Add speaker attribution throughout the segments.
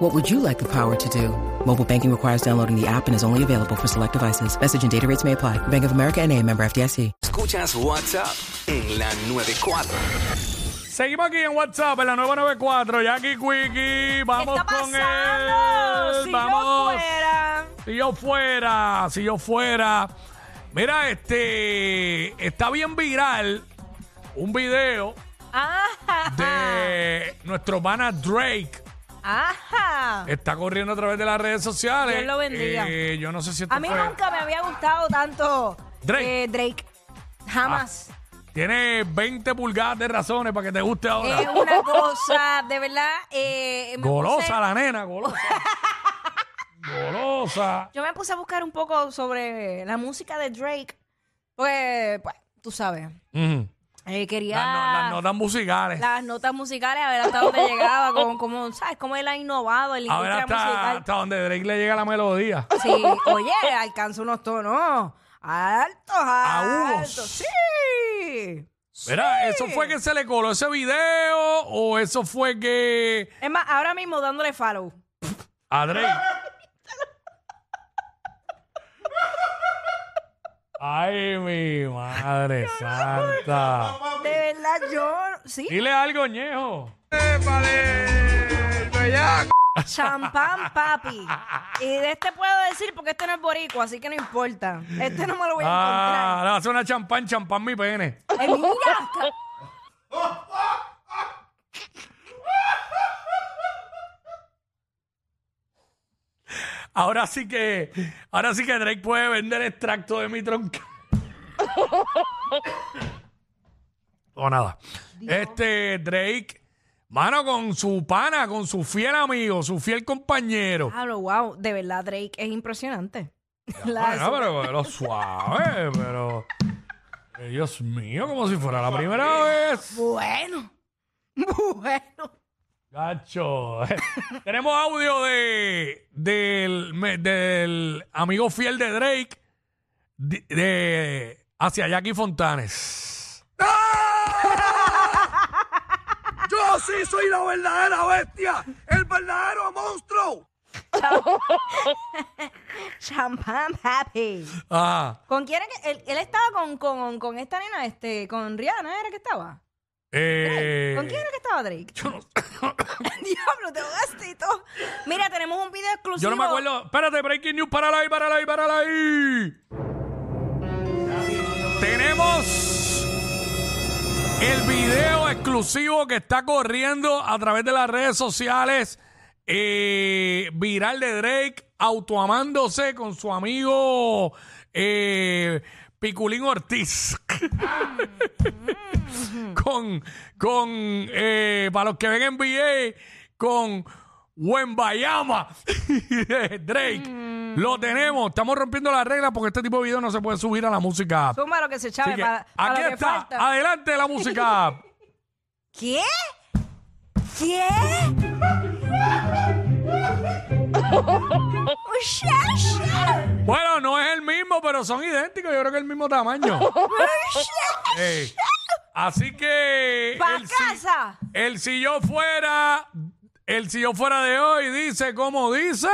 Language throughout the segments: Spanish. Speaker 1: What would you like the power to do? Mobile banking requires downloading the app and is only available for select devices. Message and data rates may apply. Bank of America and a member FDIC.
Speaker 2: Escuchas WhatsApp en la 94.
Speaker 3: Seguimos aquí en WhatsApp en la 994. Jackie Quickie, vamos
Speaker 4: ¿Qué está
Speaker 3: con
Speaker 4: pasando?
Speaker 3: él.
Speaker 4: Si
Speaker 3: vamos.
Speaker 4: yo fuera.
Speaker 3: Si yo fuera, si yo fuera. Mira, este. Está bien viral un video
Speaker 4: Ajá.
Speaker 3: de
Speaker 4: Ah.
Speaker 3: nuestro pana Drake.
Speaker 4: Ajá.
Speaker 3: Está corriendo a través de las redes sociales.
Speaker 4: Dios lo bendiga.
Speaker 3: Eh, yo no sé si esto
Speaker 4: A mí
Speaker 3: fue-
Speaker 4: nunca me había gustado tanto
Speaker 3: Drake.
Speaker 4: eh, Drake. Jamás.
Speaker 3: Tiene 20 pulgadas de razones para que te guste ahora.
Speaker 4: Es una cosa, de verdad. eh, me
Speaker 3: Ah. golosa
Speaker 4: puse-
Speaker 3: la nena, golosa. golosa.
Speaker 4: yo me puse a buscar un poco sobre la música de Drake. Pues, pues tú sabes.
Speaker 3: Ujú.
Speaker 4: eh, quería.
Speaker 3: Las, no- las notas musicales.
Speaker 4: las notas musicales, a ver hasta dónde llegaba, como, como, ¿sabes? Cómo él ha innovado en la
Speaker 3: A ver
Speaker 4: industria
Speaker 3: hasta,
Speaker 4: musical.
Speaker 3: hasta donde Drake le llega la melodía.
Speaker 4: Sí, oye, alcanza unos tonos altos, altos.
Speaker 3: Agudos.
Speaker 4: Sí.
Speaker 3: Mira, ¿eso fue que se le coló ese video o eso fue que
Speaker 4: Es más, ahora mismo dándole follow.
Speaker 3: a Drake? Ay, mi madre santa.
Speaker 4: De verdad, yo. Sí,
Speaker 3: Dile algo, ñejo.
Speaker 4: champán, papi. Y de este puedo decir porque este no es boricua, así que no importa. Este no me lo voy a
Speaker 3: Ah, le va a hacer una champán, champán mi pene.
Speaker 4: encontrar. Eh, mira, ca-
Speaker 3: Ahora sí que, ahora sí que Drake puede vender extracto de mi tronca. o nada. Este Drake, mano, con su pana, con su fiel amigo, su fiel compañero.
Speaker 4: Pablo, wow. De verdad, Drake es impresionante. La-
Speaker 3: Bueno, pero, pero suave, pero. eh, Dios mío, como si fuera la primera vez.
Speaker 4: Bueno. Bueno.
Speaker 3: Gacho. Tenemos audio de del, me- del amigo fiel de Drake de, de- hacia Jackie Fontanes. ¡Ah! Yo sí soy la verdadera bestia, el verdadero monstruo.
Speaker 4: Champán, papi.
Speaker 3: Ah,
Speaker 4: ¿Con quién era que- él, él estaba con, con, con esta nena, este, con Rihanna, ¿era que estaba?
Speaker 3: eh,
Speaker 4: ¿Con quién era que estaba Drake?
Speaker 3: Yo no,
Speaker 4: Diablo, te ahogaste y todo. Mira, tenemos un video exclusivo.
Speaker 3: yo no me acuerdo. Espérate, breaking news, para ahí, para ahí, para ahí. Tenemos el video exclusivo que está corriendo a través de las redes sociales. eh, viral de Drake autoamándose con su amigo eh, Piculín Ortiz. con, con eh, para los que ven NBA, con Wembayama Drake. Lo tenemos. Estamos rompiendo las reglas porque este tipo de videos no se puede subir a la música.
Speaker 4: Suma lo que se
Speaker 3: Así
Speaker 4: chave
Speaker 3: que,
Speaker 4: para, para
Speaker 3: aquí
Speaker 4: lo que
Speaker 3: está. ah.
Speaker 4: falta.
Speaker 3: Adelante la música.
Speaker 4: ¿Qué? ¿Qué? Muchacha,
Speaker 3: bueno, no es el mismo, pero son idénticos. Yo creo que es el mismo tamaño.
Speaker 4: muchacha.
Speaker 3: Eh, así que.
Speaker 4: Pa'
Speaker 3: el si-
Speaker 4: casa.
Speaker 3: el si yo fuera. El si yo fuera de hoy dice como dice.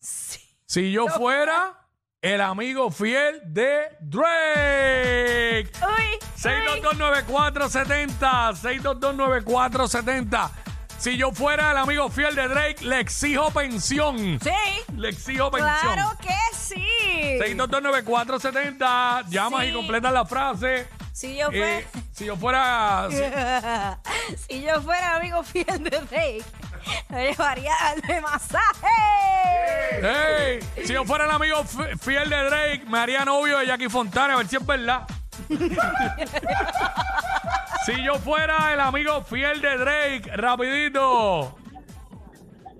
Speaker 3: Si yo fuera el amigo fiel de Drake.
Speaker 4: Uy, uy.
Speaker 3: 6229470. 6229470. Si yo fuera el amigo fiel de Drake, le exijo pensión.
Speaker 4: Sí,
Speaker 3: Le exijo pensión.
Speaker 4: claro que sí.
Speaker 3: 6229470. Llamas
Speaker 4: Sí.
Speaker 3: y completas la frase.
Speaker 4: Si yo fuera...
Speaker 3: Eh, si yo fuera. si-
Speaker 4: si yo fuera amigo fiel de Drake, lo llevaría al de masaje.
Speaker 3: Ey, si yo fuera el amigo fi- fiel de Drake, me haría novio de Jackie Fontana, a ver si es verdad. si yo fuera el amigo fiel de Drake, rapidito.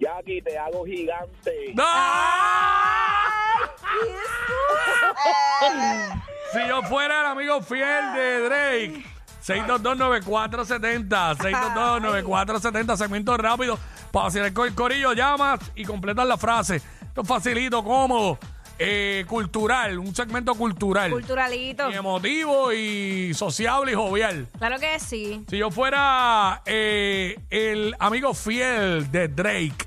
Speaker 5: Jackie, te hago gigante.
Speaker 3: ¡Ah!
Speaker 4: Jesús.
Speaker 3: Si yo fuera el amigo fiel de Drake, 6229470, 6229470, segmento rápido para hacer el cor- corillo, llamas y completas la frase. Esto es facilito, cómodo, eh, cultural, un segmento cultural.
Speaker 4: Culturalito.
Speaker 3: Y emotivo y sociable y jovial.
Speaker 4: Claro que sí.
Speaker 3: Si yo fuera eh, el amigo fiel de Drake,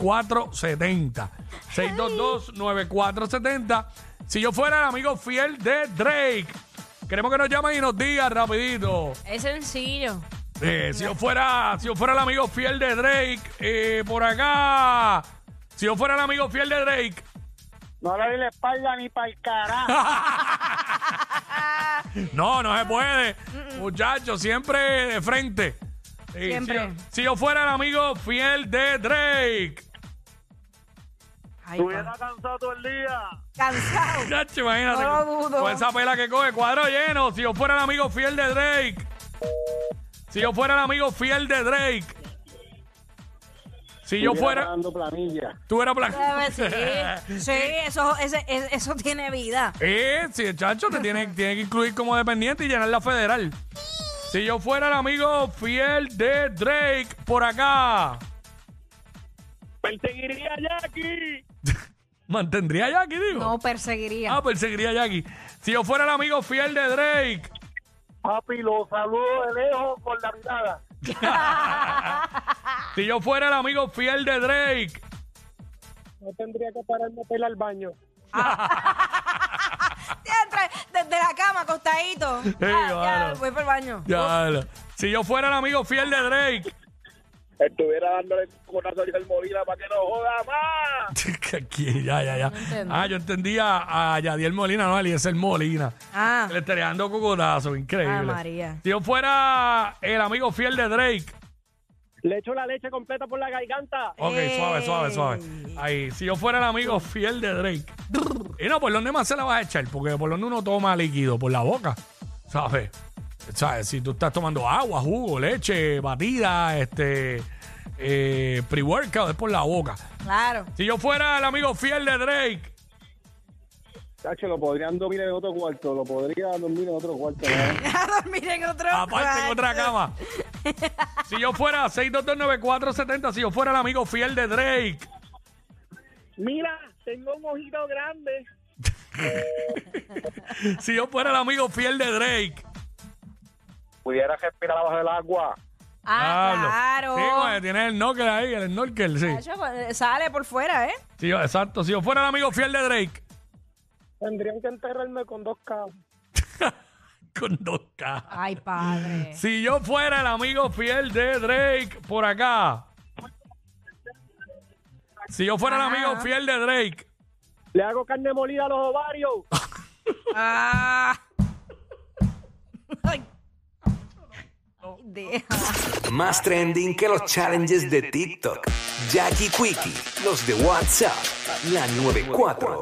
Speaker 3: 622-9470. 622-9470. Si yo fuera el amigo fiel de Drake, queremos que nos llamen y nos digan rapidito.
Speaker 4: Es sencillo.
Speaker 3: Eh, si yo fuera, si yo fuera el amigo fiel de Drake, eh, por acá. Si yo fuera el amigo fiel de Drake,
Speaker 5: No le doy la espalda ni para el carajo.
Speaker 3: No, no se puede. Muchachos, siempre de frente. Sí,
Speaker 4: Siempre.
Speaker 3: Si yo, si yo fuera el amigo fiel de Drake.
Speaker 4: Ay,
Speaker 5: Estuviera
Speaker 4: pa-
Speaker 5: cansado todo el día.
Speaker 4: Cansado.
Speaker 3: Muchacho, imagínate.
Speaker 4: No lo dudo.
Speaker 3: Con esa pela que coge, cuadro lleno. Si yo fuera el amigo fiel de Drake. Si yo fuera el amigo fiel de Drake. Si yo fuera.
Speaker 5: dando planilla.
Speaker 3: Tú eras blanco.
Speaker 4: Debe- Sí, sí eso, ese- ese- eso tiene vida.
Speaker 3: Eh, si el chacho te tiene, tiene que incluir como dependiente y llenar la federal. Si yo fuera el amigo fiel de Drake, por acá.
Speaker 5: Perseguiría a Jackie.
Speaker 3: Mantendría a Jackie, digo.
Speaker 4: No perseguiría.
Speaker 3: Ah, perseguiría a Jackie. Si yo fuera el amigo fiel de Drake.
Speaker 5: Papi, lo saludo de lejos con la mirada.
Speaker 3: Si yo fuera el amigo fiel de Drake.
Speaker 5: No tendría que pararme a ir al baño.
Speaker 4: Entra Desde la cama, acostadito. Ah,
Speaker 3: claro.
Speaker 4: ya, voy para el baño.
Speaker 3: Ya, lo- Si yo fuera el amigo fiel de Drake.
Speaker 5: Estuviera dándole corazón y el movida para que no joda más.
Speaker 3: Aquí, ya, ya, ya. Ah, yo entendía a Yadiel Molina, no, a Eliezer Molina.
Speaker 4: Ah,
Speaker 3: Le estaría dando cocotazo,
Speaker 4: ah,
Speaker 3: increíble.
Speaker 4: María.
Speaker 3: si yo fuera el amigo fiel de Drake.
Speaker 5: Le echo la leche completa por la garganta.
Speaker 3: Ok,
Speaker 4: Ey.
Speaker 3: suave, suave, suave. Ahí, si yo fuera el amigo fiel de Drake. Y no, por donde más se la vas a echar, porque por donde uno toma líquido, por la boca. ¿Sabes? ¿Sabes? Si tú estás tomando agua, jugo, leche, batida, este eh, pre-workout, es por la boca.
Speaker 4: Claro.
Speaker 3: Si yo fuera el amigo fiel de Drake,
Speaker 5: Chacho, lo podrían dormir en otro cuarto. Lo podría dormir en otro cuarto.
Speaker 4: A dormir en otro
Speaker 3: aparte en
Speaker 4: cuarto.
Speaker 3: otra cama. Si yo fuera 6229470, si yo fuera el amigo fiel de Drake.
Speaker 5: Mira, tengo un ojito grande.
Speaker 3: Si yo fuera el amigo fiel de Drake.
Speaker 5: Pudiera respirar abajo del agua.
Speaker 4: Ah,
Speaker 3: Sí, porque
Speaker 4: claro.
Speaker 3: tiene el snorkel ahí, el snorkel, sí.
Speaker 4: Chacho, eh, Sale por fuera, ¿eh?
Speaker 3: Si yo- exacto, si yo fuera el amigo fiel de Drake,
Speaker 5: Tendrían que enterrarme con dos cabos.
Speaker 3: con dos K.
Speaker 4: Ay, padre.
Speaker 3: Si yo fuera el amigo fiel de Drake, por acá. Si yo fuera el amigo fiel de Drake.
Speaker 5: Le hago carne molida a los ovarios.
Speaker 4: Ah. Ay. Ay, deja.
Speaker 2: Más trending que los challenges de TikTok. Jackie Quickie, los de WhatsApp, la 94.